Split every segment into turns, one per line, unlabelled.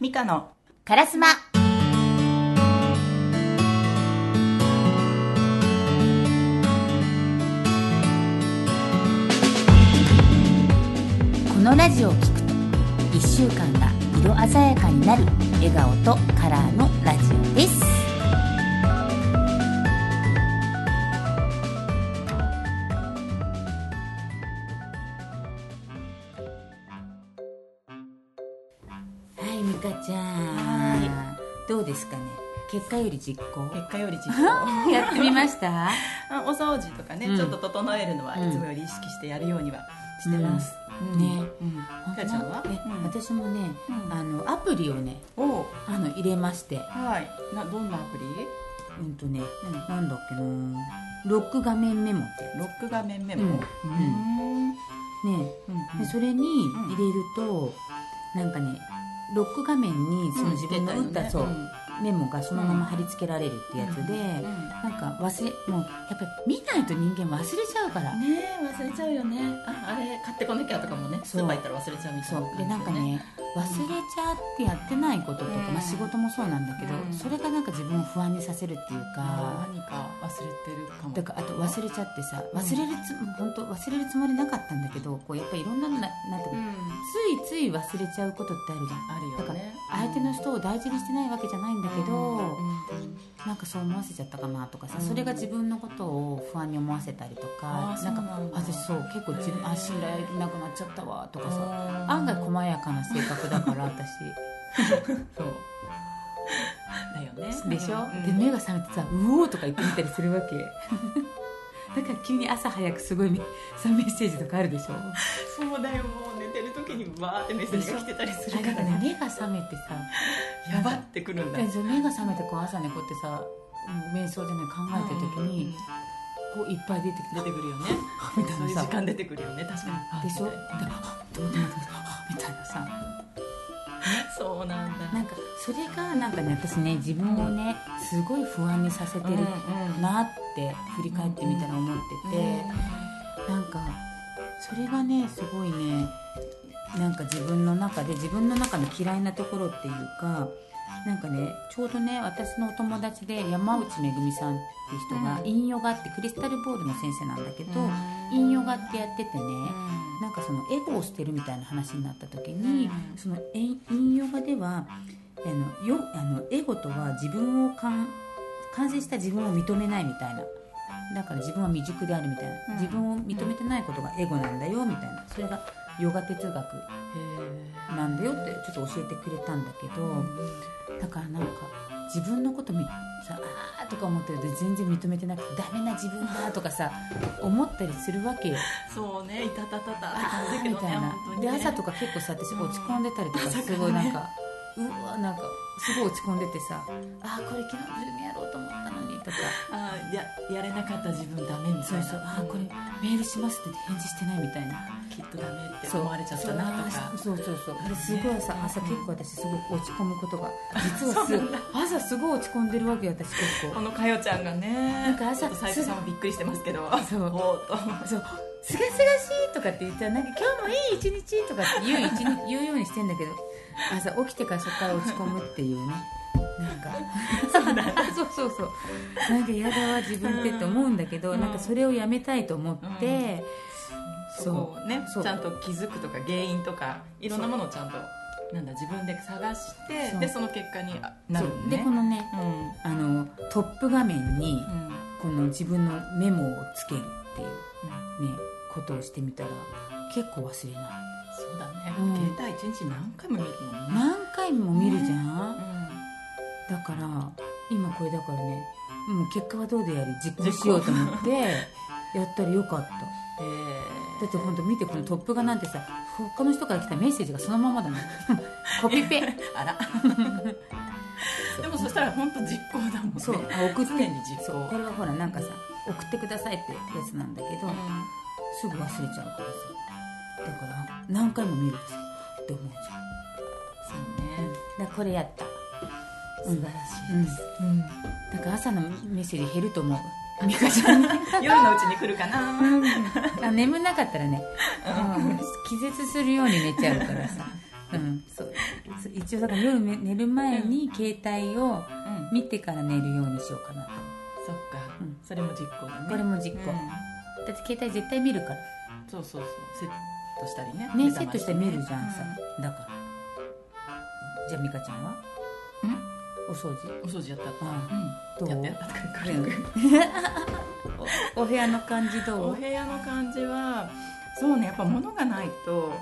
ミカの
カラスマこのラジオを聞くと1週間が色鮮やかになる笑顔とカラーのラジオですはいミカちゃん
は
どうですかね結果より実行
結果より実 行
やってみました
あお掃除とかね、
うん
ちょっと整えるのは
うん
いつもより意識してやるようにはしてます、うん
ね
うんミカちゃんは、
ね
うん
私もね、
うん
あのアプリをね
おう
あの入れまして
はいなどんなアプリ、
うんとね
うん、
なんだっけなロック画面メモってやつ
ロック画面メモ、
うん
うん
ね
うん
でそれに入れると、なんかねロック画面にその自分の打った、そう、メモがそのまま貼り付けられるってやつで、
うんうん
なんか忘れもうやっぱり見ないと人間忘れちゃうから、
ねえ忘れちゃうよねああれ買ってこなきゃとかもねス
そう
ーパー行ったら忘れちゃうみたいな
そ
感
う
じ
でなんかね忘れちゃってやってないこととか、
うん
まあ、仕事もそうなんだけど、
うん
それがなんか自分を不安にさせるっていう
あ
か
ー、何か忘れてるかも
だからあと忘れちゃってさ忘れるつ本当忘れるつもりなかったんだけどこうやっぱりいろんなのななんていう
う
の
ん
ついつい忘れちゃうことってあるじゃん
あるよね
だから相手の人を大事にしてないわけじゃないんだけど、
うんうん
なんかそう思わせちゃったかなとかさ、
うん
それが自分のことを不安に思わせたりとか
あー
なんか
そうなんだ
私そう結構自分あ信頼なくなっちゃったわとかさ
あー
案外細やかな性格だから 私
そうだよね
でしょ、
うん
で目が覚めてさ「うおー」とか言ってみたりするわ けだから急に朝早くすごいめさメッセージとかあるでしょ
そうだよもう寝てる時にバーってメッセージが来てたりす
あ
るか
だ
ら
からね目が覚めてさ
やばってくるんだ
でそう目が覚めてこう朝ねこうやってさもう瞑想じゃない考えてる時に、こういっぱい出てき
出
て
てくるよね
みたい
そう
な
いう
さ
時間出てくるよね確かにあ
でしょ
み
で
たいな
あどうなったあみたいなさ
そうなんだ
なんかそれがなんかね私ね自分をねすごい不安にさせてるなって振り返ってみたら思ってて、なんかそれがねすごいねなんか自分の中で自分の中の嫌いなところっていうかなんかねちょうどね私のお友達で山内めぐみさんって人が
うん
陰ヨガってクリスタルボールの先生なんだけど陰、ヨガってやっててね、なんかそのエゴを捨てるみたいな話になった時に、
うん
そのえ陰ヨガではあのよあのエゴとは自分を完完成した自分を認めないみたいなだから自分は未熟であるみたいな、
うん
自分を認めてないことがエゴなんだよみたいなそれがヨガ哲学なんだよってちょっと教えてくれたんだけど、だからなんか自分のことみさあーとか思ってると全然認めてなくてダメな自分だとかさ思ったりするわけよ。
そうねいたたたたって
あ
感じだ
ー
け
み
ど
たい
ね
な
本当に
で
ね
朝とか結構さ私
うん
落ち込んでたりとか
朝からね
すごいなんか、うわなんかすごい落ち込んでてさあーこれ昨日ズームやろうと思ったのにとか
あーややれなかった自分ダメみ
そ
たいうな
そうあーこれメールしますって返事してないみたいな
きっとダメって
そう
思われちゃったなとか
そうそうそうですごいさ
ね
朝結構私すごい落ち込むことが実 はす朝すごい落ち込んでるわけよ私結
こ
構
のかよちゃんがねなん
か朝
斉藤さんもびっくりしてますけど
そう
おーっと
そうすがすがしいとかって言ったらなんか今日もいい一日とかって言う 一日言うようにしてんだけど朝起きてからそこから落ち込むっていうねなんかそうそうそうなんか嫌だわ自分ってって思うんだけど、
うん
なんかそれをやめたいと思って、
そこをね
そう
ちゃんと気づくとか原因とかいろんなものをちゃんとなんだ自分で探して
そう
でその結果にあなるの
そうで
ね
このね
うんうん
あのトップ画面にこの自分のメモをつけるっていう
う
ね
ん
ことをしてみたら結構忘れない
そうだね
うん
携帯一日何回も見るもんね
何回も見るじゃん、
う
だから今これだからねもう結果はどうであり実行しようと思ってやったらよかった
んえ
だって本当見てこのトップ画なんてさ他の人から来たメッセージがそのまま だもんコピペ
ーあらでもそしたら本当実行だもんね
そうあ送って
常に実行
そうこれはほらなんかさ送ってくださいってやつなんだけど、
う
すぐ忘れちゃうからさだから何回も見るとさって思うじゃん
ん
だからこれやった
そうね素晴らしいで
だ
す
から朝のメッセージ減ると思う
美香ちゃん夜のうちに来るかな
あ眠んなかったらね、うん気絶するように寝ちゃうからさ、うん、そうそう一応だから夜め寝る前に携帯を
うん
見てから寝るようにしようかなと
そっか、
うん
それも実行だね
これも実
う
行、だ
ん
って携帯絶対見るから
そうそうそうセットしたりね
ね
目
セ
覚
ッ
ま
トして見るじゃんさ、
う
だからじゃあ美香ちゃんはお掃除
お掃除やったった、
うんど
やっ
う
たやった軽く
お部屋の感じど
お
う
部屋の感じはそうねやっぱ物がないとこ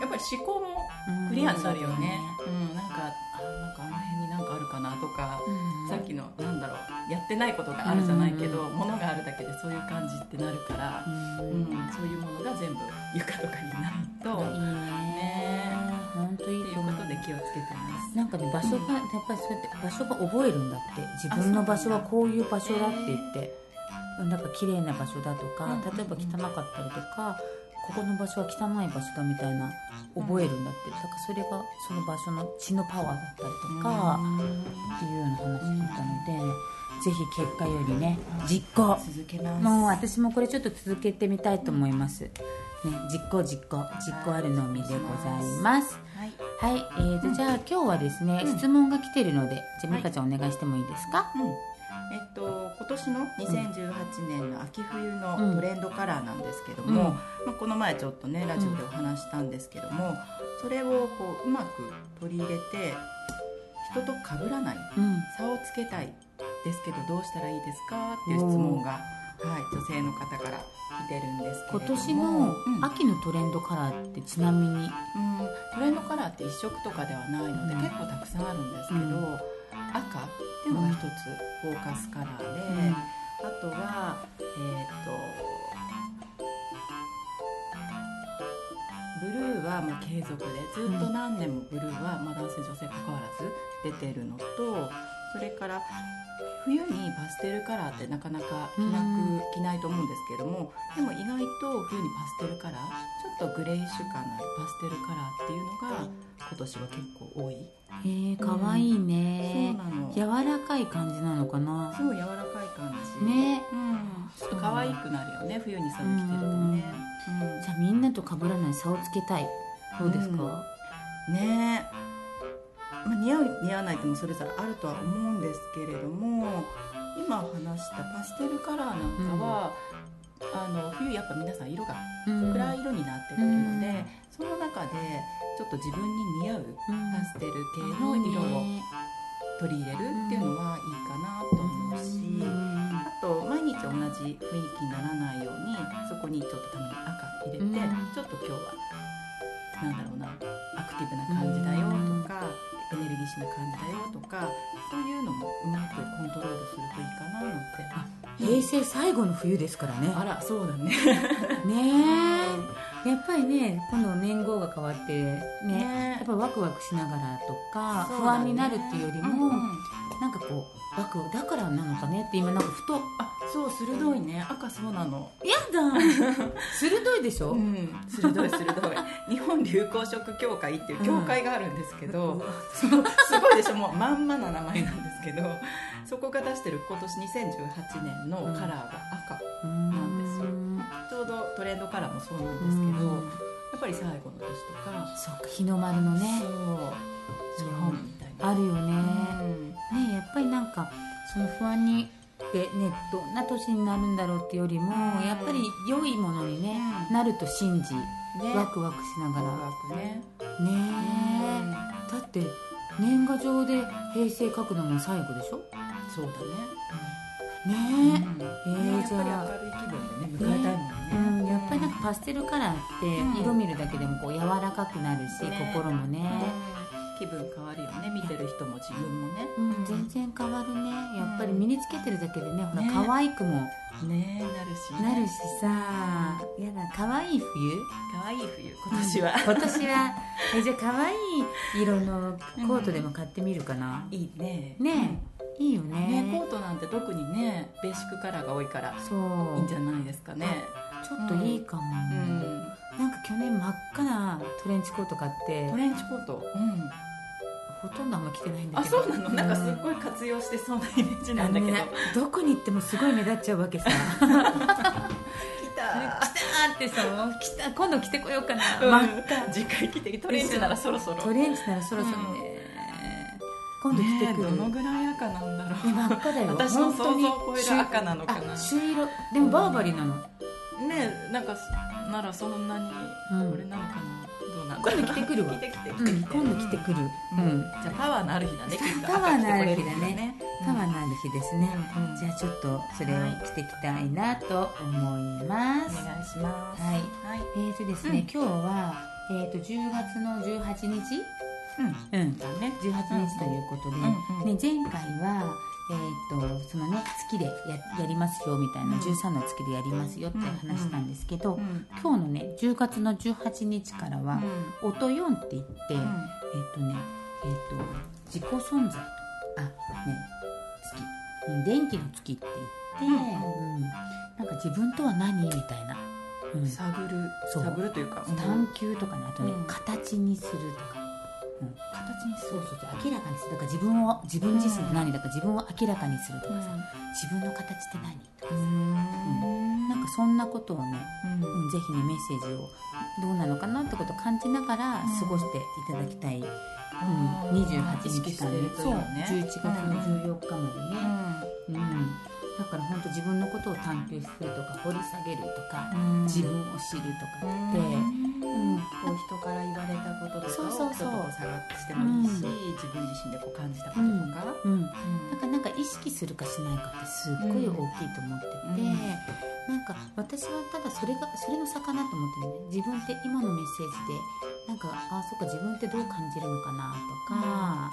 うやっぱり思考もクリアになるよねうん、なんかあなんかあの辺になんかあるかなとか、
うん
さっきのなんだろうやってないことがあるじゃないけど、
う
物があるだけでそういう感じってなるから
う、
うん
ん
そういうものが全部床とかにないと、
いいね
ね
本当いい
ってい
と
うこ
思う
とで気をつけてます。
なんかね場所がやっぱりそうやって場所が覚えるんだって自分の場所はこういう場所だって言ってなんか綺麗な場所だと
うんうん
か
うん
例えば汚かったりとかここの場所は汚い場所だみたいな覚えるんだってだからそれがその場所の血のパワーだったりとかっていうような話だったのでぜひ結果よりね実行
続けます。
もう私もこれちょっと続けてみたいと思います、ね、実行実行実行あるのみでございます
はい。
はい、えーとじゃあ今日はですね、質問が来てるのでじゃあ美香ちゃんお願いしてもいいですか、
うん。えっと今年の2018年の秋冬のトレンドカラーなんですけども、
うん
まあ、この前ちょっとねラジオでお話したんですけども、それをこううまく取り入れて人と被らない
うん
差をつけたいですけどどうしたらいいですかっていう質問が、はい、女性の方から来てるんです
今
けれど
年の
もうん
秋のトレンドカラーってちなみに
うんトレンドカラーって一色とかではないので、
うん
結構たくさんあるんですけど、
うん
赤っていうのが一つフォーカスカラーで、
うん
あとはえっ、とブルーはまあ継続でずっと何年もブルーはまあ男性女性関わらず出てるのとそれから冬にパステルカラーってなかなか着な
うん
く着ないと思うんですけどもでも意外と冬にパステルカラーちょっとグレイッシュ感のあるパステルカラーっていうのが今年は結構多い、
えー、かわいいね
そうなの
柔らかい感じなのかな
すごい柔らかい感じ
ね
うんちょっと可愛くなるよね冬にそれ着てるとね、うん
じゃあみんなと被らない差をつけたいどうですか、
ねえ、まあ、似合う似合わないってもそれぞれあるとは思うんですけれども今話したパステルカラーなんかは、あの冬やっぱ皆さん色が
うん
暗い色になってくるので、
うん
その中でちょっと自分に似合
う
う
ん
パステル系の色を取り入れるっていうのはいいかなと思うし、
うん
あと毎日同じ雰囲気にならないようにそこにちょっとたまに赤入れて、
うん
ちょっと今日はなんだろうなアクティブな感じだよとか、エネルギッシュな感じだよとかそういうのもうまくコントロールするといいかななんてあ
平成最後の冬ですからね
あらそうだね
ねえやっぱりね今度年号が変わってね
ね
やっぱワクワクしながらとか、
そうだ
不
ね
安になるっていうよりも、
うんうん
なんかこうワクだからなのかねって今なんかふと
あそう鋭いね赤そうなの
「やだ鋭いでしょ」
うん鋭い鋭い日本流行色協会っていう協会があるんですけど、
うわ
そのすごいでしょもうまんまな名前なんですけどそこが出してる今年2018年のカラーが赤、
なん
ですよちょうどトレンドカラーもそうなんですけど、やっぱり最後の年とか、
そうか日の丸のね
そう日本みたいな
あるよね、
うん
ねやっぱりなんかその不安にでねどんな年になるんだろうってよりも、
うん
やっぱり良いものにね、
うん
なると信じ
ね
ワクワクしながら
ワクワクね
ねえ、だって年賀状で平成書くのも最後でしょ
そうだね、
ね
うん
えー
ねやっ
じゃあ
ぱり明るい気分でね迎えたい
え、
もんね、
うん、やっぱりなんかパステルカラーって色見るだけでもこう柔らかくなるし、
ね
心もね、
気分変わるよね見てる人も自分もね
うん、全然変わるねやっぱり身につけてるだけでねほら可愛くも
ねなるし
なるしさ、やだ可愛い冬
可愛い冬今年は、
今年 はえじゃあ可愛い色のコートでも買ってみるかな、
いいね
ねえいいよ
えね
ね
コートなんて特にねベーシックカラーが多いから
そう
いいんじゃないですかね
ちょっといいかも、
うん
なんか去年真っ赤なトレンチコート買って
トレンチコート、うん、
ほとんどあんま着てないんだ
あ
けど
そうなのなんかすっごい活用してそうなイメージなんだけど
あのねどこに行ってもすごい目立っちゃうわけさ
着た
来たってさ来た今度着てこようかな、
うん
ま
次回来てトレンチならそろそろ
トレンチならそろそろね、今度着てく
ね
る、
えどのぐらい赤なんだろ
え真っ赤だよ
私の想像を
本当に
超える赤なのかな
あ朱色でもバーバリーなの、
うねえなんかならそんなに
うん
これなのかな、どうなんだ
今
ろう
度着てくるわ
来て来て来
う
て
ん、今度着てくる、うん
じゃあパワーのある日だねきっと
パワーのある日
赤着て
だ
これ
ねパワーのある日ですね、
うんうん
じゃあちょっとそれを着てきたいなと思いま
お
す、
願いします
はい
はい
えーとですね、
うん
今日は、えー、と10月の18日、
うん
うん、
だね
18日ということで、
んうん
ね、前回は、えー、とそのね月でややりますよみたいな、
うん
13の月でやりますよって話したんですけど、
うん
今日のね10月の18日からは
うん
「音4」って言って、
う
えっ、
ん
とねえっ、と自己存在あね月うん電気の月って言って、
うん
うんなんか自分とは何みたいな、うん
探る
そう
探るというかうん
探求とかねあとね、
うん
形にするとか
形にす
そう
る
そうそう明らかにするだから自分を自分自身が何だか自分を明らかにすると
う
かさ、自分の形って何とかさ、
ん
なんかそんなことをね、
うん
うん、ぜひねメッセージをどうなのかなってことを感じながら
うん
過ごしていただきたい、うん
あー
28
意識
日
して
間
る
ね
と
そう
いいね
11月の14日までね、うんだから本当自分のことを探求するとか掘り下げるとか、
うん
自分を知るとかって、うん
こう人から言われたこととか
そう
を
そうそう
ちょっとこう探してもいいし、
う
自分自身でこう感じたこととか、
うん、
うん
なんかなんか意識するかしないかってすっごい大きいと思ってて、
うん
なんか私はただそれがそれの差かなと思ってるね自分って今のメッセージでなんかあそっか自分ってどう感じるのかな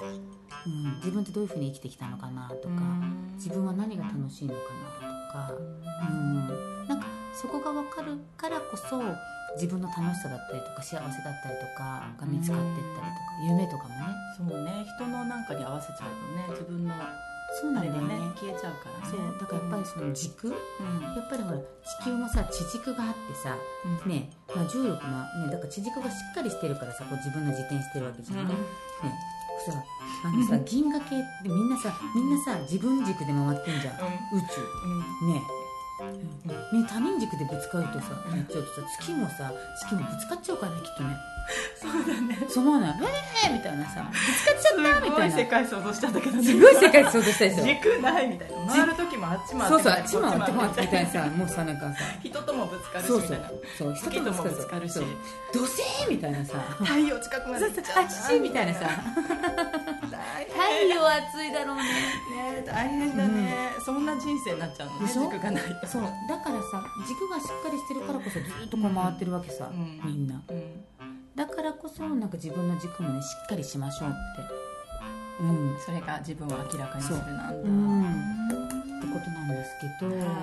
とか、うん自分ってどういうふうに生きてきたのかなとか、自分は何が楽しいのかなとか、うん、なんかそこが分かるからこそ自分の楽しさだったりとか幸せだったりとかが見つかっていったりとか、夢とかもね
そうね人のなんかに合わせちゃうとね自分のあ
そうなんだ
れ
よ
がね
ね
消えちゃうからね
そうだからやっぱりその軸、
うん
やっぱりほら地球もさ地軸があってさ、
うん
ねまあ、重力もねだから地軸がしっかりしてるからさこう自分の自転してるわけじゃない、
うん
ねさあの さ銀河系ってみんなさみんなさ自分軸で回ってんじゃん、宇宙ねね他人軸でぶつかるとさやっちゃうとさ月もさ月もぶつかっちゃうからねきっとね
そうだね
そう思わない「えー!」みたいなさ「ぶつかっちゃった!」
す
み
ご
た
い世
いな
界想像したんだけどね
すごい世界想像したでしょ
軸ないみたいな回る時もあっち回
そ
っ
う
て
そう
こ
あっちもあっちもあっ
こ
ちみたいなさもうさなんかさ
人ともぶつかるし
そう
み
そ
た
う
いな
そう
月ともぶつかるし
そう土星みたいなさ
太陽近くまで行っちゃうな
あっちみたいなさ
大
太陽暑いだろうね
変ね大変だね、そんな人生になっちゃうのね
でしょ
軸がないと
そうだからさ軸がしっかりしてるからこそずっとこう回ってるわけさ、
うん
みんな
うん
だからこそなんか自分の軸もねしっかりしましょうってうんっ
それが自分を明らかにするなんだ
そううんてことなんですけど、
はいうんうん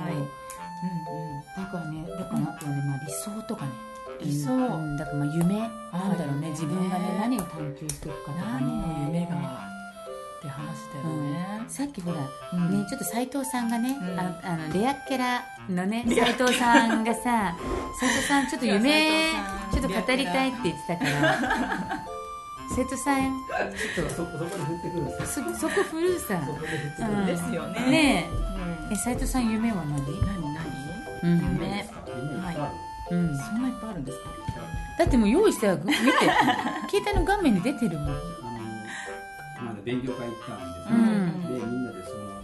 だからねだからあとはね、まあ、理想とかね
理想
うん、だからまあ夢なんだろうね
あー夢ね
自分がね何を探求していくかとかね
何の夢がって話だよね、
さっきほら、
うん
ね、ちょっと斎藤さんがね、
うん
ああのレアキャラのね斎藤さんがさ斎藤さんちょっと夢
いや
ちょ
斉
っと
藤さん
語りたいって言ってたから 斎藤さんちょっ
そこそこに振ってくるんですよ
とそそこ古ルさ
そこ
ん
に振って
う
くる
ん
ですよ
ね
ねうん
ええ斎藤さん夢は何、
何何
うん
夢
ですか夢いっぱいある
うん、だ
そんないっぱいあるんですか
ってもう用意したら見て携帯の画面に出てるもん
あのまだ勉強会行った
うんん
ですね、でみんなでその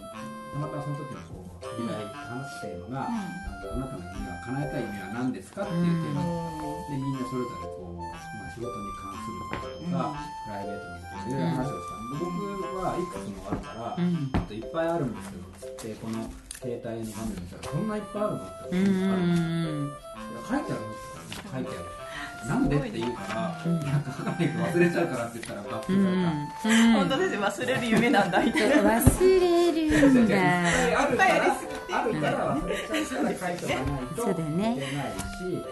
たまたまその時のこう議題話すテーマが、あのあなたの夢は叶えたい夢は何ですかっていうテーマで,、でみんなそれぞれこう、まあ、仕事に関することとか、プライベートに関することいろいろ話をしたんで僕はいくつもあるから、
うん
ちょっといっぱいあるんですけどつってこの携帯の画面見たらそんないっぱいあるのっ
う
て思って
んうん
いや書いてあるの書いてあるなんでって言うから、なんか書かないと忘れちゃうからって言ったらバッ
う
て
んう
言
ん
われた、
うん
本当ですよ忘れる夢なんだみたいな
忘れる
い
んだ
っぱいあるか
いっぱいあ
ら
りすぎて
あるから忘れちゃうから書いておかないと
そうだよね
いけないし書いて持っている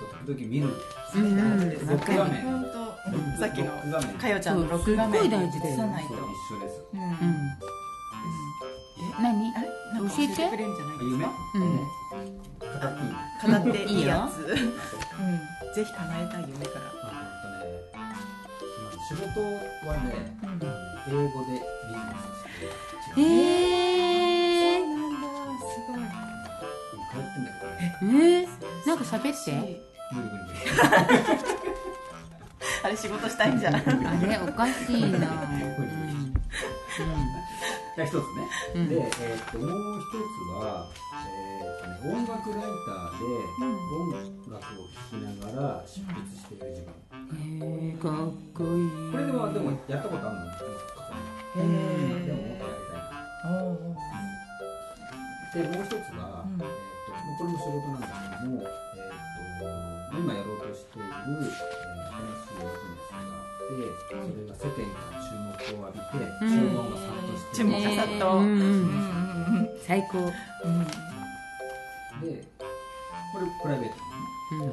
と時々見る
うんうん
ロ
わ
ッ
か
ク画
る
面
本当さっき
ロック画面
のかよちゃんの録画面
そうすっごい大事だよ
映さないと
そう一緒です
うん
うん何
あれなんか教えてくれるんじゃないです
夢
か
うん
語っていいの
語っていいやつうん
あと
ぜひ叶えたい夢か
あのえっとねまあ仕事はね、
ら
英語でビジネスしてる
えー
そうなんだすごい
海通ってんだけどね
えー、なんか喋って
無理無理無理
あれ仕事したいんじゃない
あれおかしいな、うん
が一つね、
うん
で、えーっともう一つは、えーっとね、音楽ライターで音楽を聴きながら執筆している自分、
うんへえかっこいい
これでもでもやったことあるの過
へ
去にでももっ
え
とやりたいな
おうおう
でもう一つは、
うん
えーっともうこれも仕事なんだけども、えーっと今やろうとしている、えー、話をビジネスがあってそれが世間から注目を浴びて、
うん
注文が殺到して
注文が殺到
うんう
うんん
最高、
うんうん
でこれプライベートな
うん
のね
はい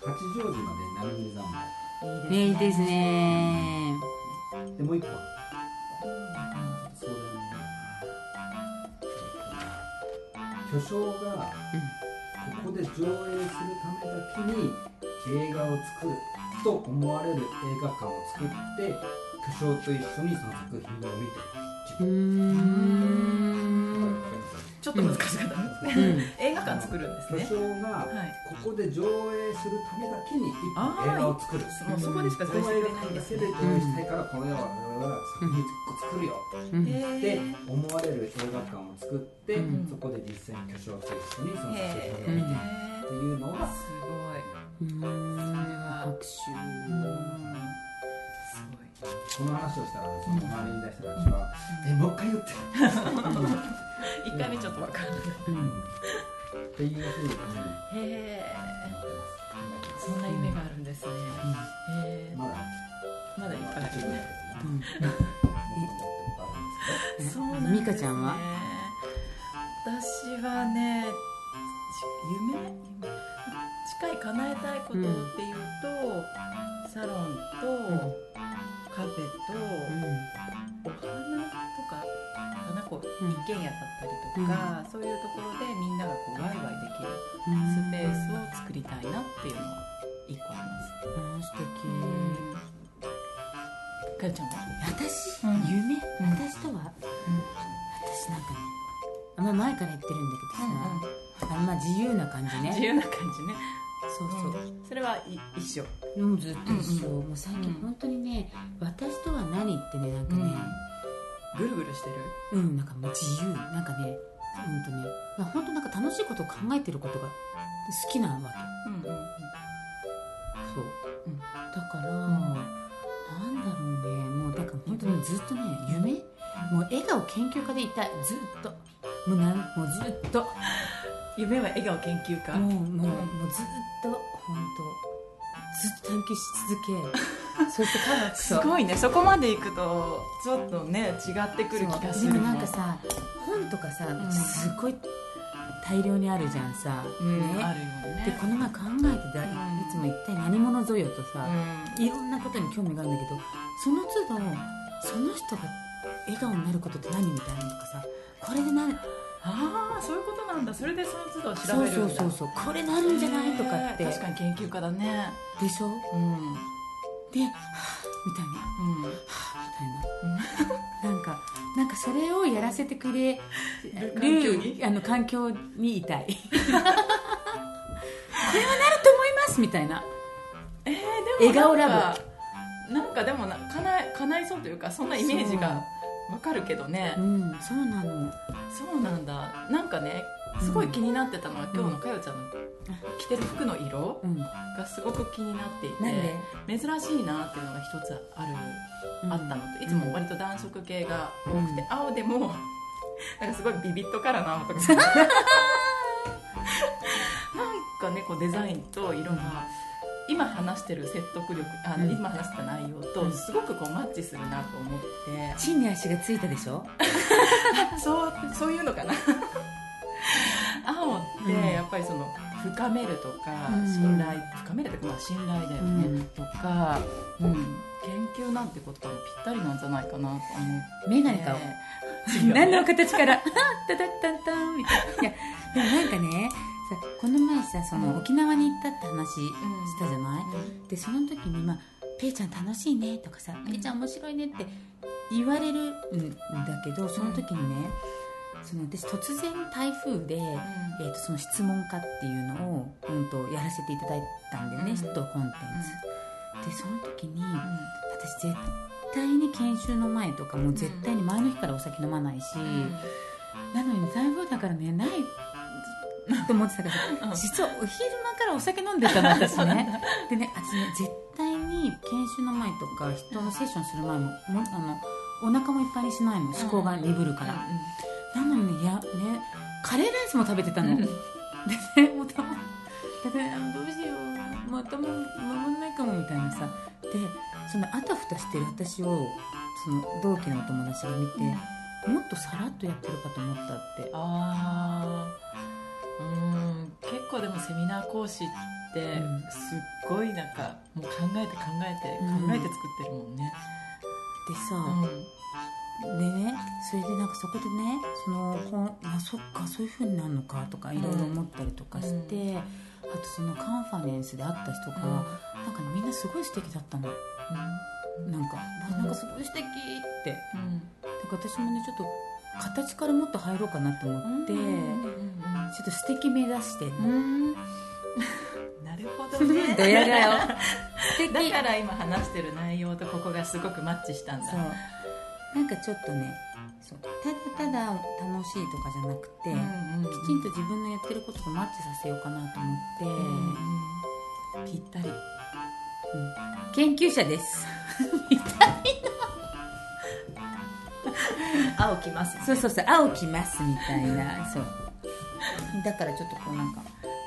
八丈島で並んで三昧
い
いい
いで
ですす
ね
ね
でもう一個はそうだね巨匠がここで上映するためだけに映画を作ると思われる映画館を作って巨匠と一緒にその作品を見て
うー
自分
ん
ちょっと難しかったね
うん
映画館作るんです
巨
ね
匠が
はい
ここで上映するためだけに一本映画を作る
もうそこでしか
この
上
映
映
画
でない
館
ん
だ
で
け
す
で
ね
上映したいからこの世は我々は作品作るよ
うん
って
へー
思われる映画館を作って、
うん
そこで実際に巨匠と一緒にその作
へ
品を見て
え
っていうのが
すごい
拍手
すごい
この話をしたらその周りに出した人たちは「えもう一回言って」
一回目ちょっとわかんない
っていうふうに思って
へえ
ます
そんな夢があるんですねへえ
まだ
まだいっぱいあ
八丈
る
島だ
ね
けどね
そうなんですね
ミカちゃんは
私はねち夢夢近い叶えたいことっていうと、サロンと、
ん
カフェと、お花とかかなこう
うん
一軒家だったりとか、そういうところでみんながこうワイワイできるスペースを作りたいなっていうのは一個あります。
あー素敵
かよちゃんは、
私、
うん
夢
うん
私とは、私なんかねあんま前から言ってるんだけどさ、あんま自由な感じ
自
ね
由な感
そう
じ
そう
ね、それはい一緒
もうずっと一緒、
うん
もう最近
うん
本当にね私とは何ってねなんかね
ぐるぐるして
う
る
ん、なんかもう自由なんかねうんとね、まあ、本当なんか楽しいことを考えてることが好きなわ
うんうん
けそう、
うん
だから、
ん
なんだろうねもうだから本当にずっとね夢もう笑顔研究家でいたいずっともうなんもうずっと
夢は笑顔研究家
もうもうもうずっと本当ずっと探求し続けそして科学
すごいねそこまでいくとちょっとね違ってくる気がす
そう
る
でもなんかさ本とかさ、
ん
すごい大量にあるじゃんさ、
うん
ね
あるよね
でこの前考えてた、
うん
いつも一体何者ぞよと
う
さ、
ん
いろんなことに興味があるんだけどその都度その人が笑顔になることって何みたいなのとかさこれでな
ああそういうことなんだそれでその都度調べるん
そ
だ
うそうそうそうこれなるんじゃないとかって
へー確かに研究家だね
でしょ
うんうん
ではぁみたいなみたいななんかなんかそれをやらせてくれ
る
る
環境に
あの環境にいたい これはなると思いますみたいな
えーでも
笑顔
なん
ラ
かなんかでもな叶え叶いそうというかそんなイメージがわかるけどね
うんそうなの
そうなんだなんかねすごい気になってたのは、今日のかよちゃんの着てる服の色
うん
がすごく気になっていて
なんで
珍しいなっていうのが一つある、あったのといつも割と暖色系が多く
う
て、
ん
青で もなんかすごいビビットカラーの青 とかなんかねこうデザインと色が今話してる説得力あの、
うん
今話した内容
う
と
ん
すごくこうマッチするなと思って、
地に足がついたでしょ
そうそういうのかな 青って
うん
やっぱりその深めるとか、
うん
信頼深めるってまあ信頼だよね、
うん
とか、うん、研究なんてことはぴったりなんじゃないかなと思って
眼鏡か何の形から タタッタンタンみたいないやでもなんかねさこの前さその沖縄に行ったって話したじゃない、でその時に、まあ「ペイちゃん楽しいね」とかさ「ペイちゃん面白いね」って言われるんだけどその時にね、その私突然台風で、えー、とその質問家っていうのを本当やらせていただいたんだよね、
うん
ヒットコンテンツ、でその時に、私絶対に研修の前とかもう絶対に前の日からお酒飲まないし、なのに台風だからねない と思ってたから、
うん
実はお昼間からお酒飲んでたの私 ねでね私ね絶対に研修の前とか人のセッションする前ももあのお腹もいっぱいにしないの思考が鈍るから、なのにねいやねカレーライスも食べてたの、 でねもうたまだからどうしようまたも守んないかもみたいなさでそのあたふたしてる私をその同期のお友達が見て、もっとさらっとやってるかと思ったって
あーうん結構でもセミナー講師って
うん
すっごいなんかもう考えて考えて
うん
考えて作ってるもんね、
でさ、
うん
でねそれでなんかそこでねその本あそっかそういうふうになるのかとかいろいろ思ったりとかして、
う
あとそのカンファレンスで会った人が、なんかねみんなすごい素敵だったのなんか、あなんかすごい素敵ってだから私もねちょっと形からもっと入ろうかなと思って、ちょっと素敵目指して、
うんなるほどね
ドヤ顔素
だ
敵
から今話してる内容とここがすごくマッチしたん
そう
だ
なんかちょっとねそうただただ楽しいとかじゃなくて、きちんと自分のやってることとマッチさせようかなと思って、
ぴったり
研究者です
青きます
そうそうそう青きますみたいなそうだからちょっとこうなんか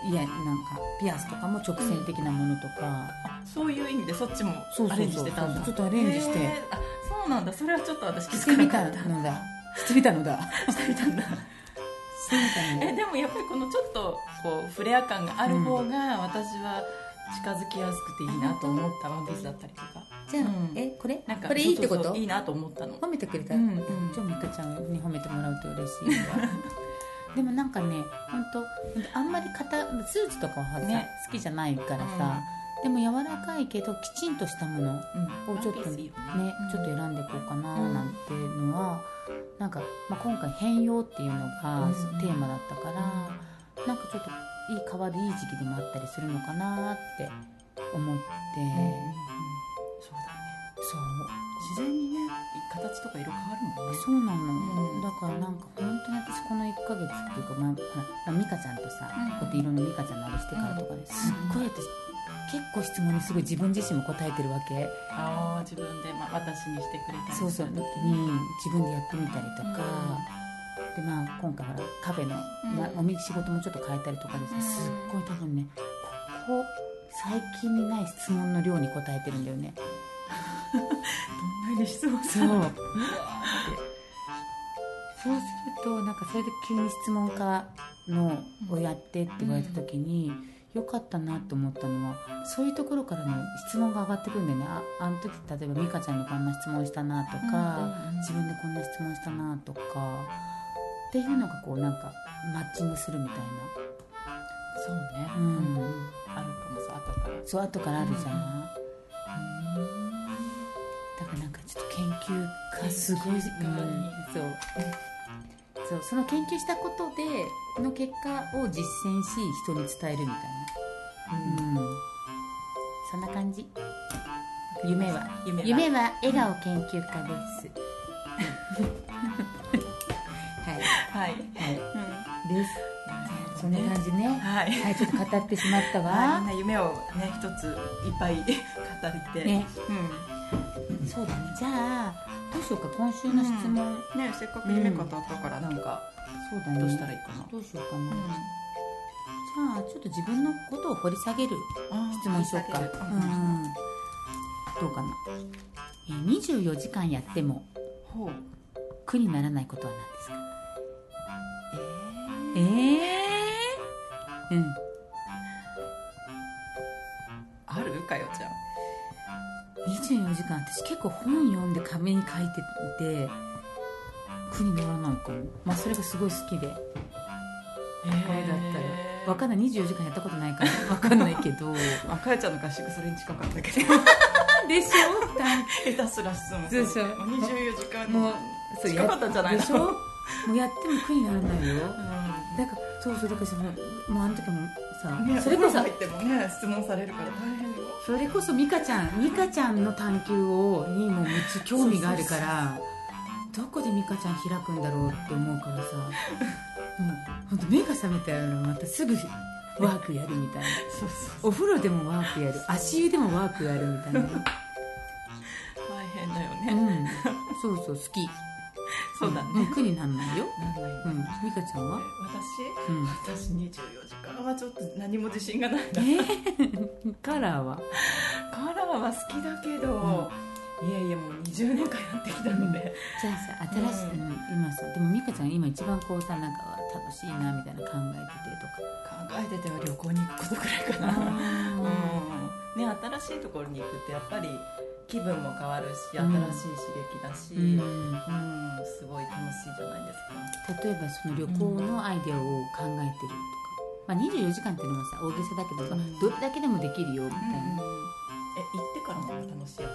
いやなんかピアスとかも直線的なものとか、
そういう意味でそっちも
そうそうそう
アレンジしてたんだ
ちょっとアレンジして
へーあそうなんだそれはちょっと私気
し
づ
て
か
み
なか
た
った
のだしてみたのだ
してみたんだ
してみたのだ
えでもやっぱりこのちょっとこうフレア感がある方が私は近づきやすくていいなと思ったワンピースだったりとか
じゃあ、
うん
えこれ
なんか
これいいってこ
そ
と
うそうそういいなと思ったの
褒めてくれた、
うんうん
じゃあ美香ちゃんに褒めてもらうと嬉しいわでもなんかね本当あんまり肩スーツとかはさ、
ね
好きじゃないからさ、でも柔らかいけどきちんとしたものをちょっ
ワ
と
ンピースい
ね
いよねうん
ちょっと選んでいこうかななんていうのは、なんか、まあ、今回変容っていうのが
うん
テーマだったから、なんかちょっといい変わるいい時期でもあったりするのかなって思って、
そうだね
そう
自然にね形とか色変わるもんね
そうなの、
うん
だからなんか本当に私この1ヶ月っていうか、まあまあ、美香ちゃんとさ、
う
こうや
ん
っていろんな美香ちゃんのあれしてからとかね、すっごい私結構質問にすごい自分自身も答えてるわけ、
ああ自分で、まあ、私にしてくれたり
そうそう、うん、
す
自
る時
分でやってみたりとか、でまあ今回ほらカフェの、まあ、
うん
おみ仕事もちょっと変えたりとかですね、
うん
すっごい多分ねここ最近にない質問の量に答えてるんだよね
どんなに質問す
そ
る
う
の
そうするとなんかそれで急に質問家のをやってって言われた時に、良かったなと思ったのはそういうところからね質問が上がってくるんだよねああの時例えば美香ちゃんにこんな質問したなとか、
うんうんうん
自分でこんな質問したなとかっていうのがこうなんかマッチングするみたいな
そうね、
うん
あるかもさ後から
そう後からあるじゃん、
うん
だからなんかちょっと研究家すごい、う
研
ん
究家に
そうそうその研究したことでの結果を実践し人に伝えるみたいなうん、そんな感じ夢は
夢は
夢は笑顔研究家です、 はい
はい、
は
うん
いですそんな感じね
はい
はいちょっと語ってしまった
はい
わ
みんな夢をね一ついっぱい 語りて、
ね
う
そうだねじゃあどうしようか今週の質問、
ん、ねせっかく夢語ったからなんか
そうだね
どうしたらいいかな、
どうしようかな、じゃあちょっと自分のことを掘り下げる
あー
質問しようか、
う
うんん、どうかなえー24時間やっても
ほう
苦にならないことは何ですか
え
ええうん
ー、あるかよちゃん
24時間私結構本読んで紙に書いてて苦にならないかもまあそれがすごい好きでこれだったらわかんない24時間やったことないからわかんないけど
あかよちゃんの合宿それに近かった けど
でしょ
下手すら質問
そうそう
もう24時間
もうそう
近かったんじゃないの
でしょもうやっても苦にならないよだからそうそうだからそのもうあの時もさ、
ね、
そ
そ
れ
れ
こ
こ
そ
そ入ってもね質問されるから大変よ
それこそ美香ちゃん美香ちゃんの探求をにもうめっちゃ興味があるからどこで美香ちゃん開くんだろうって思うからさもう本当目が覚めたらまたすぐワークやるみたいな
そうそ
お風呂でもワークやる足湯でもワークやるみたいな、
う大変だよ
う
ね、
ん、そうそう好き
そうだね、
ん苦になんないよ
なんないよ
うん美香ちゃんはうん
私私24時間はちょっと何も自信がない
え
な
ー、 カラーは
カラーは好きだけど、いやいやもう20年間やってきたので、
じゃあさ新しい、
う
うん今さでも美香ちゃん今一番こうさなんか楽しいなみたいな考えててとか
考えてては旅行に行くことくらいかな、うんね、新しいところに行くってやっぱり気分も変わるし
うん
新しい刺激だし、
う
うん
ん
すごい楽しいじゃないですか
例えばその旅行のアイデアを考えてるとか、まあ、24時間っていうのはさ大げさだけど、
うん
どれだけでもできるよみたいな、
え行ってからも楽しい私考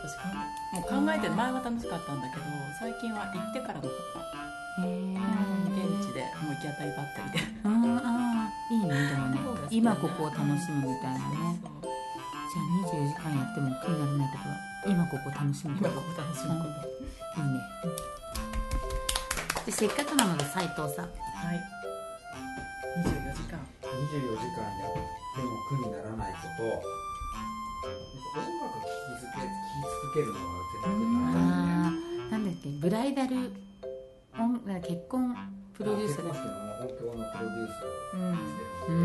えもう考えてる前は楽しかったんだけど最近は行ってからの方が
へえ
現地でもう行き当たりばったりで
うんあーいいねでもね
そうですね
今ここを楽しむみたいなね
そう
じゃあ24時間やっても気にならないことは今ここを楽しむこと
今ここ楽しむこと、
いいねでせっかくなので斉藤さん
はい24時間
24時間やっても苦にならないこと音楽聴き続け聴き続けるのが絶対苦にならない
あ
んで
ーなんだっけブライダル音なんか結婚プロデュー
結
サー
婚
だ
式の音響のプロデュースを
うん
して
う
るの
ん
で、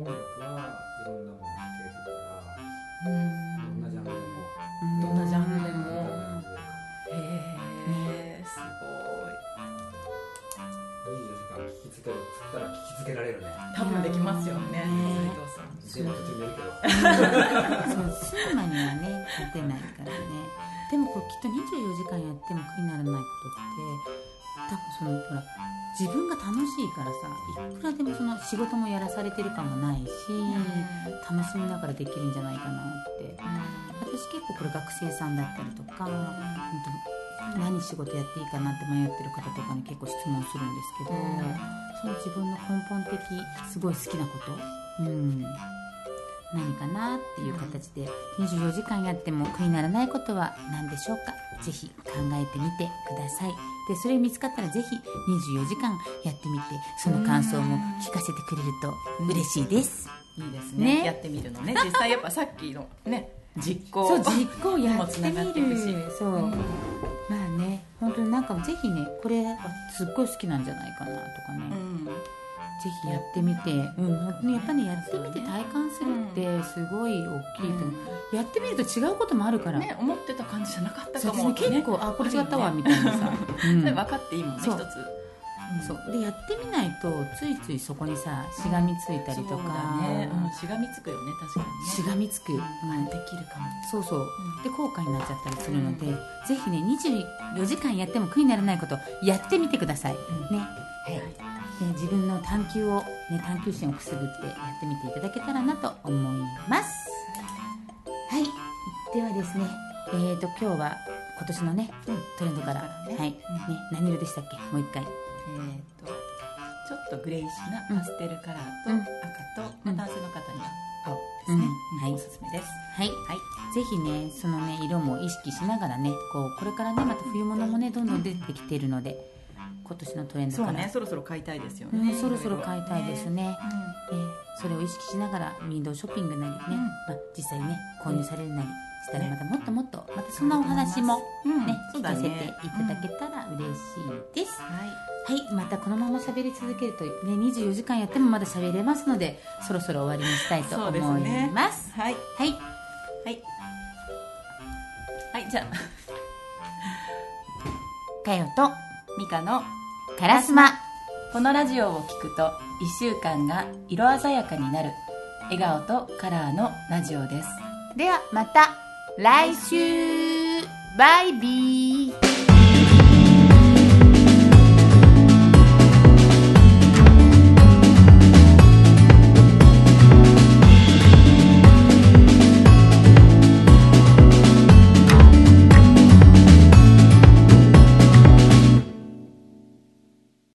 音楽はいろんなものを聴けるから
うん
どんなジャンルでも
うん
どんなジャンルでも
どんなジャンルでも
へえすごい
24時間聴き続けるっつったら聴き続けられるね
多分できますよね
ね
斉藤さん
全部途中にやるけど
そうスーマにはね勝てないからねでもこれきっと24時間やっても苦にならないことって多分そのほら自分が楽しいからさいくらでもその仕事もやらされてる感もないし、楽しみながらできるんじゃないかなって私結構これ学生さんだったりとか、本当何仕事やっていいかなって迷ってる方とかに結構質問するんですけど、その自分の根本的すごい好きなこと、うん、何かなっていう形で24時間やっても苦にならないことは何でしょうかぜひ考えてみてくださいでそれ見つかったらぜひ24時間やってみてその感想も聞かせてくれると嬉しいです
いいです
ね
ねやってみるのね実際やっぱさっきのね実行
そう実行やってみ
にもつながって
る
るし
そう、まあね本当になんかぜひねこれはすっごい好きなんじゃないかなとかね、
う
ぜ
ん
ひやってみて、うん、本当にやっぱねやってみて体感するってすごい大きいと思う、やってみると違うこともあるから、
ね思ってた感じじゃなかった
そう
か
です
も
ね結構、あこれ違ったわみたいなさ、う
そ
ん
れ分かっていいもんね一
そう
つ
そうでやってみないとついついそこにさしがみついたりと
そう
か
だ、ねうんしがみつくよね確かにね
しがみつく、うん
できるかも
そうそう、
うん
で後悔になっちゃったりするので、ぜひね24時間やっても苦にならないことやってみてください、
う
ねはい、ね自分の探求を、ね、探求心をくすぐってやってみていただけたらなと思いますはいではですねえー、と今日は今年のね、トレンドから、
トレンドからね
はい、ね何色でしたっけもう一回
えーとちょっとグレイシー
うん
なパステルカラーと
うん
赤と
う
ま
ん
あ男性の方には青ですね
うんはい
おすすめです
はい、ぜひねそのね色も意識しながらねこうこれからねまた冬物もねどんどん出てきているので今年のトレンド
そ
か
う
ら
ねそろそろ買いたいですよ
ね
ね
そろそろ買いたいです
ね
ね
うん
えーそれを意識しながらウィンドウショッピングなりね、
うん
まあ、実際ね購入されるなりしたら
ね
またもっともっとまたそんなお話も
うん
ね、
そう
聞
だ
か
ね
せていただけたら嬉しいです、
はい
はいまたこのまま喋り続けるとね24時間やってもまだ喋れますのでそろそろ終わりにしたいと
そ
思
うですね
います
はい
はい
はいはいじゃあ
かよと
ミカの
カラスマ
このラジオを聞くと1週間が色鮮やかになる笑顔とカラーのラジオです
ではまた来週バイビー